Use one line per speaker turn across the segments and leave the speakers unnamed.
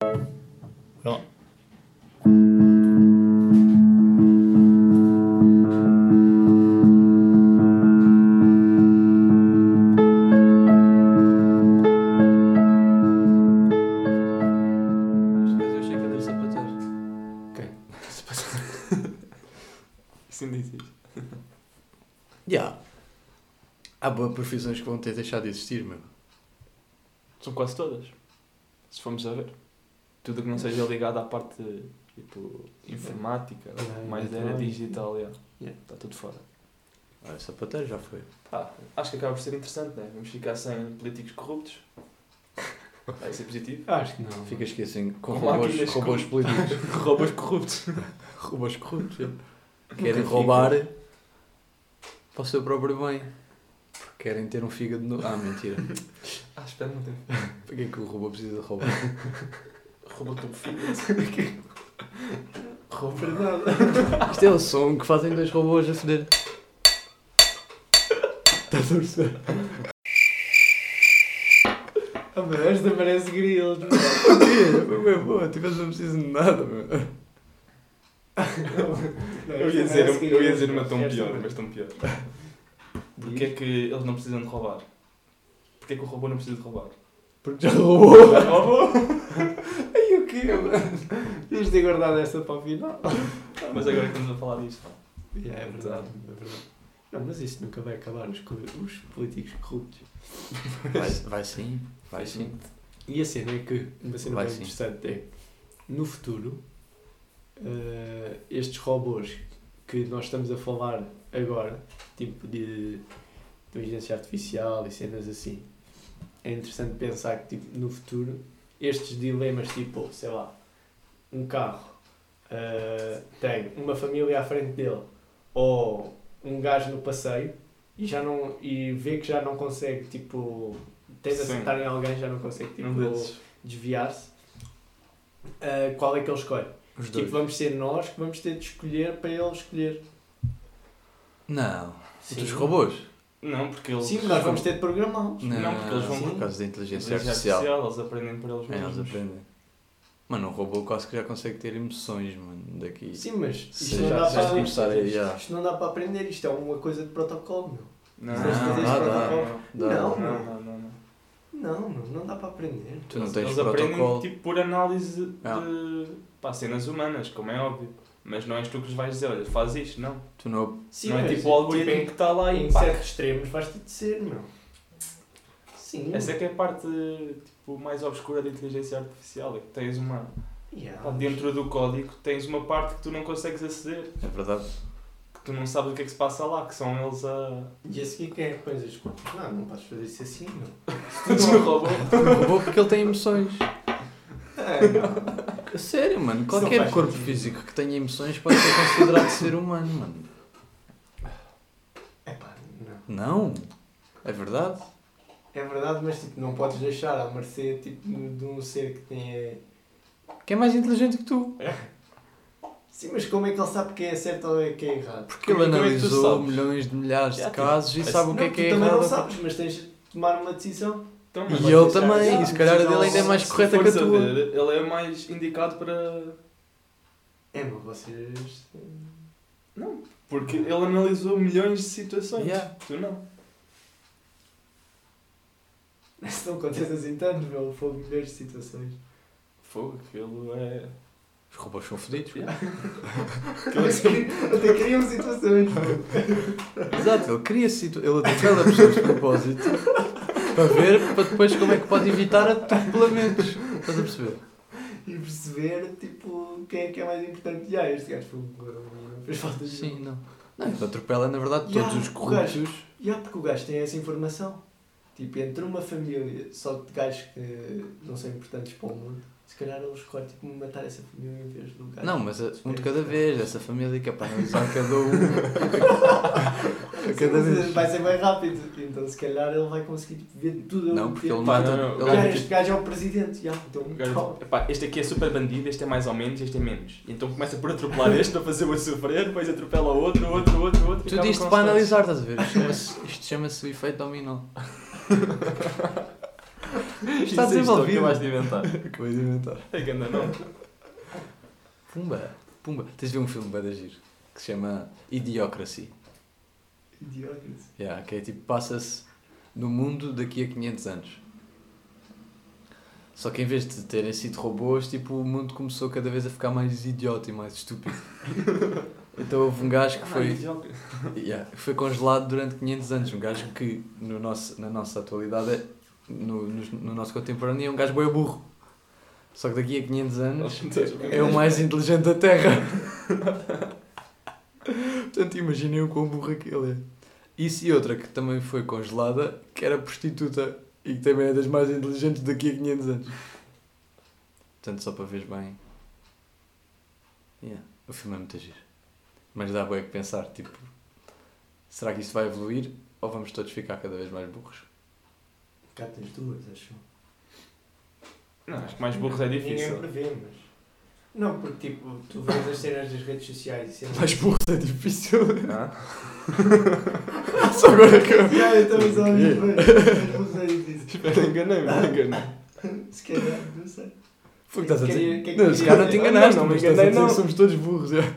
Vai lá.
eu achei que era sapatear.
Ok.
Sapatear. Isso não diz isto.
Yeah. Há boas profissões que vão ter deixado de existir, meu.
São quase todas. Se formos a ver. Tudo o que não seja ligado à parte tipo informática,
Ah,
mais da era
eletrônica.
digital, yeah.
Yeah.
está tudo fora.
Olha, sapateiro já foi.
Pá, acho que acaba por ser interessante, né? Vamos ficar sem políticos corruptos. Vai ser positivo.
Acho que não.
Ficas aqui assim com,
Com
robôs,
máquinas
robôs políticos.
Roubas corruptos.
robôs corruptos. é. Querem roubar para o seu próprio bem. Porque querem ter um fígado no. Ah, mentira.
Ah, espera, não tem.
Para que é que o robô precisa de roubar?
Rouba tu
Roubar nada. Isto é o som que fazem dois robôs a foder. Estás a perceber?
Ah, mas esta parece grilos.
O quê? Foi bem boa. Tivesse não preciso de nada, meu.
Eu ia dizer, eu ia dizer uma tão pior, mas tão pior. Porquê é que eles não precisam de roubar? Porquê é que o robô não precisa de roubar?
Porque já roubou.
Roubou!
E o quê, mano? Devias ter guardado esta para o final.
Mas agora que estamos a falar disto, pá.
Yeah, é verdade, é verdade. Não, mas isto nunca vai acabar nos corru- os políticos corruptos.
Vai, vai sim. Vai sim.
E a cena é que, uma cena
Vai
bem
sim.
interessante é, no futuro, eh, estes robôs que nós estamos a falar agora, tipo de inteligência artificial e cenas assim, é interessante pensar que tipo, no futuro estes dilemas, tipo, sei lá, um carro eh, tem uma família à frente dele ou um gajo no passeio e já não e vê que já não consegue tipo tens de
Sim.
acertar em alguém já não consegue tipo,
Um desses.
desviar-se, ah, qual é que ele escolhe?
Os
Tipo,
dois.
vamos ser nós que vamos ter de escolher para ele escolher.
Não. Dos robôs?
Não, porque eles.
Sim, nós vamos ter de programá-los.
Não, porque eles vão-
por causa da inteligência
Inteligência
artificial.
artificial, eles aprendem por eles
É, eles
mesmos.
aprendem. Mano, um robô quase que já consegue ter emoções, mano, daqui.
Sim, mas
Se
isto não,
já
dá
quiseres
para,
começar aí, já.
isto não dá para aprender, isto é uma coisa de protocolo, meu.
Não,
Vocês
não, não,
fazem isto
dá,
para
não,
Dá.
Não.
não, não, não, não.
Não, meu, não dá para aprender.
Tu não
Eles-
tens
eles aprendem
protocolo.
tipo, por análise
Ah.
de pá, cenas humanas, como é óbvio. Mas não és tu que lhes vais dizer, olha, faz isto, não.
Tu não.
Sim,
não é
mas, um
tipo o algoritmo
em-
que está lá
em
e pá.
certos extremos vais ter de ser, meu. Sim.
Essa é que é a parte tipo, mais obscura da inteligência artificial, é que tens uma.
Yeah.
pá, é dentro do código tens uma parte que tu não consegues aceder,
É verdade.
que tu não sabes o que é que se passa lá, que são eles a.
E a seguir quem é que pões as coisas? Não, não podes fazer isso assim, meu.
Tu robô.
Um robô porque ele tem emoções.
É, não.
A Sério, mano.
não
Qualquer
faz
corpo
sentido.
físico que tenha emoções pode ser considerado ser humano, mano.
É pá, não.
Não. É verdade.
É verdade, mas tipo, não podes deixar à mercê tipo, de um ser que tem.
Quem é mais inteligente que tu?
Sim, mas como é que ele sabe que é certo ou é que é errado?
Porque ele
Como é que tu
analisou
sabes?
milhões de milhares de
Já, tipo,
casos e
assim,
sabe o que
não,
é que
tu
é
também não
errado.
sabes, mas tens de tomar uma decisão.
Então, mas
E
vai
eu
deixar-
também, e se calhar a
Não,
dele ainda é
se-
mais
Se
correta que a
fores
tua.
ver, ele é mais indicado para.
É, mas vocês. eh,
Porque ele analisou milhões de situações.
Yeah.
Tu não.
Estão contentes assim tanto, meu. Fogo milhões de situações.
Fogo, aquilo é.
Os robôs são fodidos.
Aquilo é sempre-
Até queriam situações.
Exato, ele cria situ... ele atropela pessoas de propósito para ver para depois como é que pode evitar atropelamentos. Estás a perceber?
E perceber, tipo, quem é que é mais importante. Ah, este gajo foi um gordo, fez falta de.
Sim, não. Não, ele atropela na verdade todos
Yeah,
os
o
corruptos.
E há porque o um gajo tem essa informação. Tipo, entre uma família só de gajos que não são importantes para o mundo, se calhar ele escolhe tipo, matar essa família em vez do gajo.
Não, mas é um de cada vez, essa família que é para analisar cada um.
Sim,
cada
mas
vez.
Vai ser bem rápido. Então, se calhar ele vai conseguir tipo, ver tudo ao
Não, porque
mesmo
ele
tempo.
Pá,
mata. tipo-
não, não,
ele
não.
Ah,
mata-
este gajo é o presidente. já, então,
O um gajo-
calma.
Epá, este aqui é super bandido, este é mais ou menos, este é menos. Então começa por atropelar este para fazer-o sofrer, depois atropela outro, outro, outro, outro. e
Tudo
acaba
isto
com
para
stress.
analisar, estás a ver? Isto chama-se- Isto chama-se o efeito dominó. Está
Isso é isto
desenvolvido.
que acabaste de inventar.
Acabei de inventar.
É que anda, não.
Pumba, pumba. Tens de ver um filme bem de giro que se chama Idiocracy.
Idiocracy.
Yeah, que é tipo, passa-se no mundo daqui a 500 anos. Só que em vez de terem sido robôs, tipo, o mundo começou cada vez a ficar mais idiota e mais estúpido. Então houve um gajo
Ah,
que foi, yeah, que foi congelado durante 500 anos. Um gajo que no nosso, na nossa atualidade, é- no, nos- no, nosso contemporâneo, é um gajo bem burro. Só que daqui a 500 anos é o mais inteligente da Terra. Portanto, imaginem o quão burro aquele é. Isso e outra que também foi congelada, que era prostituta e que também é das mais inteligentes daqui a 500 anos. Portanto, só para veres bem. Yeah, o filme é muito giro. Mas dá bem que pensar, tipo, será que isso vai evoluir ou vamos todos ficar cada vez mais burros?
Cá tens duas, acho.
Não, acho que mais burros é
Ninguém
difícil.
prevê, mas. Não, porque tipo, tu vês as cenas das redes sociais e cenas.
Mais burros é difícil.
Ah?
Só agora que eu.
Yeah,
então,
eu também só ouvi,
Ok.
foi. Mas é não sei disso.
Espera, enganei-me, enganei.
Se calhar, não sei.
Foi o que estás a
Queria-
dizer.
que-
não, se calhar não te
queria- é
enganaste,
Não, não me
mas estás a
enganei,
dizer
não.
que somos todos burros. é.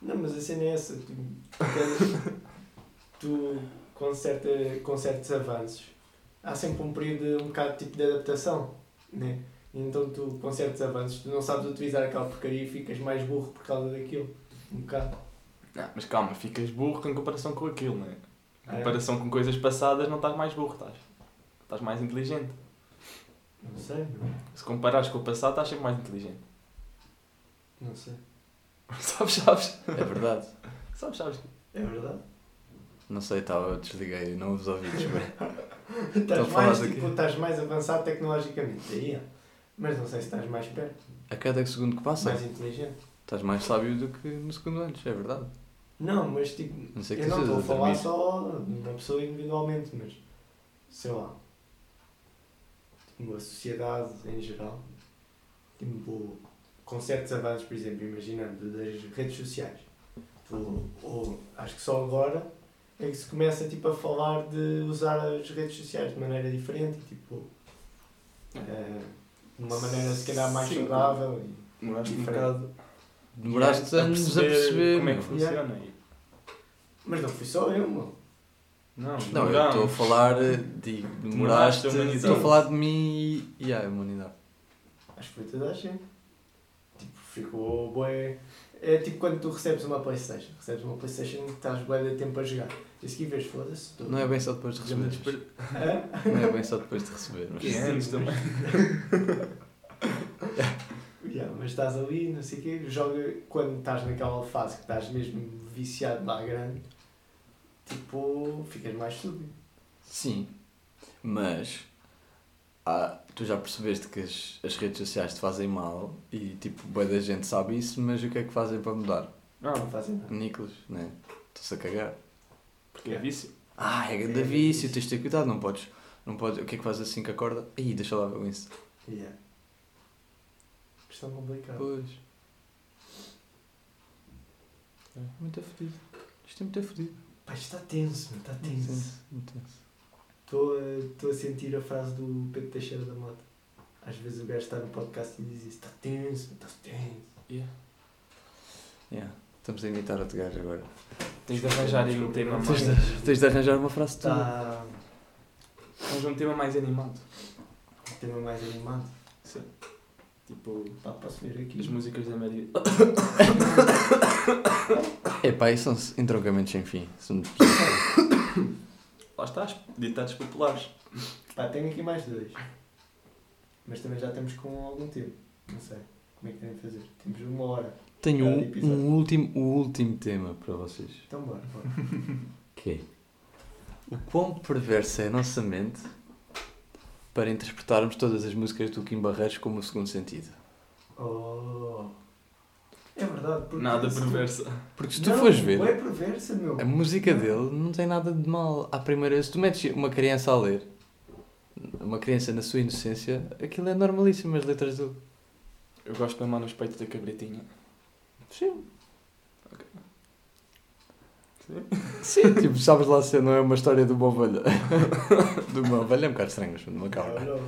Não, mas a cena é essa. Tu, queres- tu com, certa, com certos avanços, há sempre um período um bocado tipo de adaptação, né? E Então tu, com certos avanços, tu não sabes utilizar aquela porcaria e ficas mais burro por causa daquilo. Um bocado.
Não, mas calma, ficas burro em comparação com aquilo, não é? Em
Ah, é?
comparação com coisas passadas, não estás mais burro, estás. Estás mais inteligente.
É, Não sei, não,
Se comparares com o passado, estás sempre mais inteligente.
não sei.
Sabes, sabes?
É verdade.
Sabes, sabes?
É verdade.
Não sei, estava, eu desliguei, não os ouvi. desculpa.
Estás
a falar
mais,
daqui.
tipo, estás mais avançado tecnologicamente. Aí é. Mas não sei se estás mais perto,
A cada segundo que passa,
mais inteligente.
estás mais sábio do que no segundo antes, é verdade.
Não, mas tipo,
Não sei o que
eu não
sejas
estou a
a
falar
dormir.
só de uma pessoa individualmente, mas sei lá. Tipo, a sociedade em geral, tipo, com certos avanços, por exemplo, imaginando das redes sociais, tipo, ou, acho que só agora é que se começa tipo, a falar de usar as redes sociais de maneira diferente, tipo, eh, de uma maneira se calhar mais
Sim.
saudável. e-
Demoraste um
Diferente.
bocado.
Demoraste
a
anos a perceber.
é Como é que
meu.
funciona aí?
Mas não fui só eu, mano.
Não,
Não, eu
demoramos.
estou a falar de.
Demoraste
Demoraste.
a humanidade.
Estou a falar de mim e. e a humanidade.
Acho que foi toda a gente. Tipo, ficou bué. É tipo quando tu recebes uma Playstation. Recebes uma Playstation que estás bué de tempo a jogar. E se vês, foda-se. tu-
Não é bem só depois de
Grande
receber.
desper-
Hã? é
Não é bem só depois de receber. Mas...
Quinze anos também.
Yeah, mas estás ali, não sei o quê. Joga quando estás naquela fase que estás mesmo viciado lá grande. Tipo, ficas mais estúpido.
Sim, mas há- tu já percebeste que as, as redes sociais te fazem mal e tipo, boa da gente sabe isso, mas o que é que fazem para mudar?
Não,
Não fazem nada.
Nicolas, né? Estou-se a cagar.
porque é vício.
Ah, é grande
É,
vício,
isso.
tens de ter cuidado, não podes. Não podes. O que é que fazes assim que acorda? Ih, deixa lá ver o Insta.
Yeah. Questão complicada.
Pois.
É.
Muito fodido. Isto é muito fodido.
Pai, está tenso, meu, está tenso.
Muito tenso.
Estou a, estou a sentir a frase do Pedro Teixeira da Mota. Às vezes o gajo está no podcast e diz isso: está tenso, está tenso.
Yeah. Estamos a imitar outro gajo agora.
Tens de arranjar aí um tema
Tens
mais.
de, tens de arranjar uma frase tua.
Está.
Arranja um tema mais animado.
tema mais animado.
Sim. Tipo,
Pá, posso ver aqui?
as músicas da Maria.
Epá, isso são entroncamentos sem fim. São-
Lá estás, ditados populares.
Pá, tenho aqui mais dois. Mas também já estamos com algum tempo. Não sei. Como é que devem fazer? Temos uma hora.
Tenho
Cada
um,
episódio.
um último, o último tema para vocês.
Então bora, bora.
Que é o quão perversa é a nossa mente para interpretarmos todas as músicas do Kim Barreiros como o segundo sentido.
Oh. É verdade. porque
Nada
se tu-
perversa.
Porque se tu
Não,
fores ver,
É perversa, meu.
a música dele não tem nada de mal. À primeira, se tu metes uma criança a ler, uma criança na sua inocência, aquilo é normalíssimo as letras dele.
Eu gosto de mamar nos peitos da cabritinha.
Sim. Sim, tipo, sabes lá se não é uma história de uma ovelha. de uma ovelha é um bocado estranho, mas de uma cabra.
Não, não.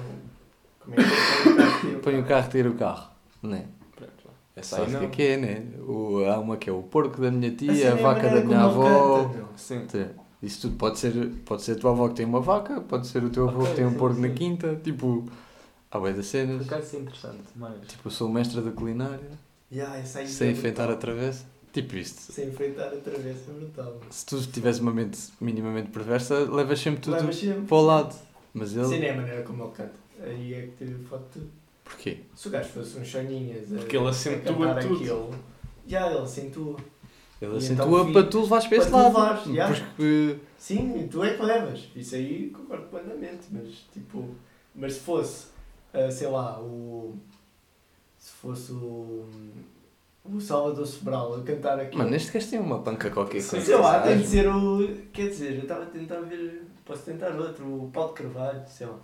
Como é que
Põe o carro, tira o carro, né?
Pronto, lá.
Essa
aí
Sabes o que é
não.
que é, né? O, há uma que é o porco da minha tia,
Assim, é
a vaca da
maneira
minha
como ele
avó.
canta, meu.
Sim.
Isso tudo pode ser, pode ser a tua avó que tem uma vaca, pode ser o teu avô que
Ok,
tem um
sim,
porco na
sim.
quinta, tipo, há bué das
Por
cenas.
acaso isso é interessante, mas.
Tipo, eu sou mestre da culinária,
Yeah, essa aí
sem
é
enfeitar a
brutal.
travessa. Tipo isto.
Sem enfrentar a travessa é brutal.
Se tu tiveres uma mente minimamente perversa, levas sempre tudo
Levas sempre.
para o lado. Mas
Sim,
ele.
não é a maneira como ele canta. Aí é que teve foto de tudo.
Porquê?
Se o gajo fosse um choninhas a-
Porque ele
a
acentua
cantar
tudo.
aquilo, já ele acentua.
Ele
E
acentua
então,
para tu levares para esse
para tu
lado.
levares, já.
Porque.
Sim, tu é que levas. Isso aí concordo plenamente, mas tipo. Mas se fosse, ah, sei lá, o. Se fosse o. O Salvador Sobral a cantar aqui.
Mano, este gajo tem uma panca qualquer coisa.
sei lá, tem de
sabes?
ser o. Quer dizer, eu estava a tentar ver. Posso tentar outro, o Paulo de Carvalho, sei lá.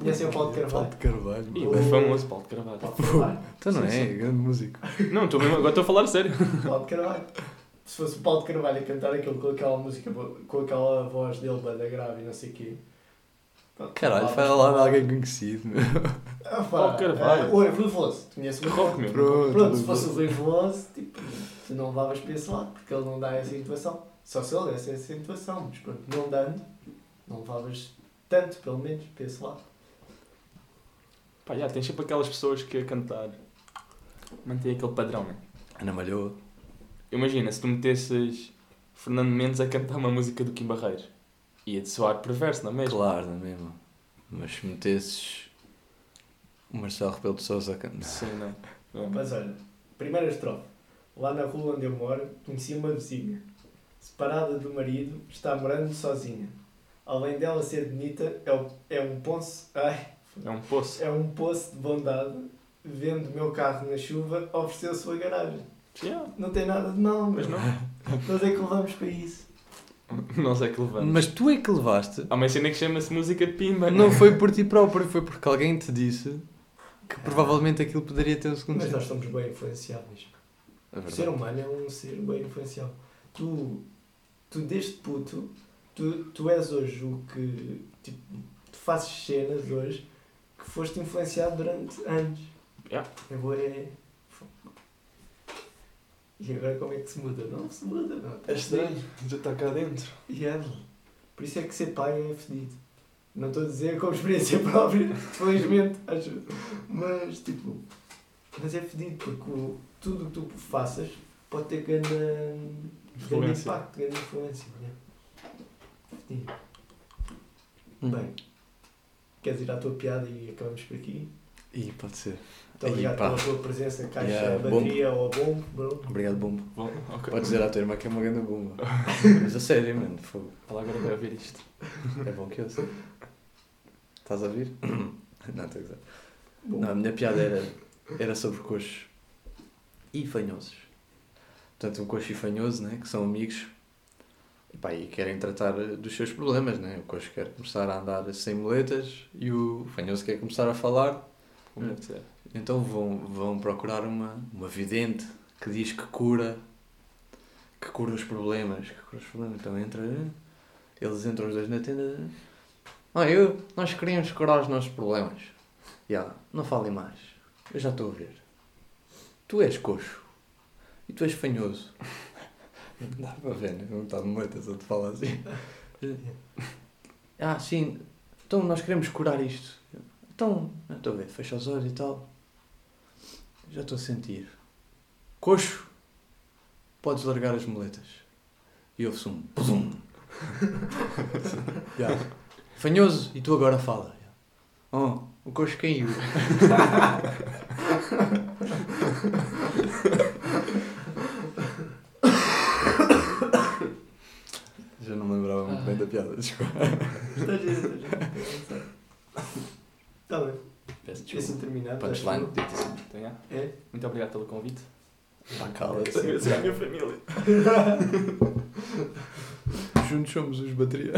Conhecem o Paulo de
Paulo
Carvalho?
de Carvalho.
Ih,
mano.
ele é famoso, Paulo de Carvalho.
Paulo de Carvalho.
Então não
Sim,
é, grande músico.
Não, estou mesmo, agora estou a falar a sério.
Paulo de Carvalho. Se fosse o Paulo de Carvalho a cantar aquilo com aquela música, bo- com aquela voz dele, banda grave e não sei o quê. Pá,
Caralho,
pá,
fala lá de alguém conhecido. meu.
Ah, pá,
Paulo de Carvalho.
ah, Oi, Rui Veloso. Tu conheces o Rui
Tipo, Rock, meu.
Pronto,
Pronto, se fosse o Rui Veloso, tipo, tu não levavas para esse lado, porque ele não dá essa intuação. Só se ele desse essa intuação, mas pronto, não dando, não levavas tanto, pelo menos, para esse lado.
Pá, já, tens sempre aquelas pessoas que a cantar mantém aquele padrão, né?
assim.
Ana Malhoa.
Imagina, se tu metesses Fernando Mendes a cantar uma música do Kim Barreiros. Ia de soar perverso, não é mesmo?
Claro, não é mesmo? Mas se metesses o Marcelo Rebelo de Sousa a cantar.
Sim, né? É. não. não.
Então, Mas olha, primeira estrofe. Lá na rua onde eu moro, conheci uma vizinha. Separada do marido, está morando sozinha. Além dela ser bonita, é, o- é um ponço. Ai,
É um poço.
é um poço de bondade. Vendo o meu carro na chuva, ofereceu a sua garagem.
Yeah,
Não tem nada de mal,
mas
mas
não.
nós é que levamos para isso.
Nós é que levamos.
Mas tu é que levaste.
Há uma cena que chama-se música pimba. né?
Não foi por ti próprio, foi porque alguém te disse que provavelmente aquilo poderia ter um segundo
Mas nós
sentido.
somos bem influenciáveis.
É
O
verdade.
ser humano é um ser bem influenciável. Tu, tu desde puto, tu, tu és hoje o que. Tipo, tu fazes cenas hoje que foste influenciado durante anos.
Yeah.
Eu vou é. E agora como é que se muda? Não se muda, não. Tá
É estranho, já está cá dentro.
E é, mano. Por isso é que ser pai é fedido. Não estou a dizer com experiência própria, felizmente, acho. Mas, tipo. Mas é fedido porque o- tudo o que tu faças pode ter grande, grande
Influência.
impacto, grande influência. Né? Fedido.
Hum.
Bem, queres ir à tua piada e acabamos por aqui?
Ih, pode ser.
Muito
Aí,
obrigado
pá.
pela tua presença, caixa,
Yeah,
bateria ou bombo, bro.
Obrigado, bombo.
Bom, ok.
Podes dizer à tua irmã que é uma grande bomba. Mas a sério, mano, fogo.
Ela agora vai ouvir isto.
É bom que eu sei. Estás a ouvir? Não, estou a gozar.
Bom.
Não, a minha piada era, era sobre coxos e fanhosos. Portanto, um coxo e fanhoso, né, que são amigos e, pá, e querem tratar eh, dos seus problemas. Né? O coxo quer começar a andar sem moletas e o fanhoso quer começar a falar.
Como é deve ser.
Então vão, vão procurar uma, uma vidente que diz que cura, que cura os problemas, que cura os problemas. Então entra, eles entram os dois na tenda. Ah, eu, nós queríamos curar os nossos problemas. Ya, não falem mais. Eu já estou a ver. Tu és coxo. E tu és fanhoso. Não dá para ver, né? não está de moita só te fala assim. Ah, sim. Então nós queremos curar isto. Então, não estou a ver, fecha os olhos e tal. Já estou a sentir. Coxo, podes largar as moletas. E ouve-se um pum. Fanhoso, e tu agora fala. Oh, o coxo caiu. Já não me lembrava muito bem da piada, desculpa.
Está giro, está giro. Está bem,
Peço
assim
desculpa.
terminado.
Punchline, tipo, podia
acho
ter sido.
Então, yeah.
eu. É?
Muito obrigado pelo convite.
Pá, cala-te.
Agradecer à minha família.
Juntos somos os bateria.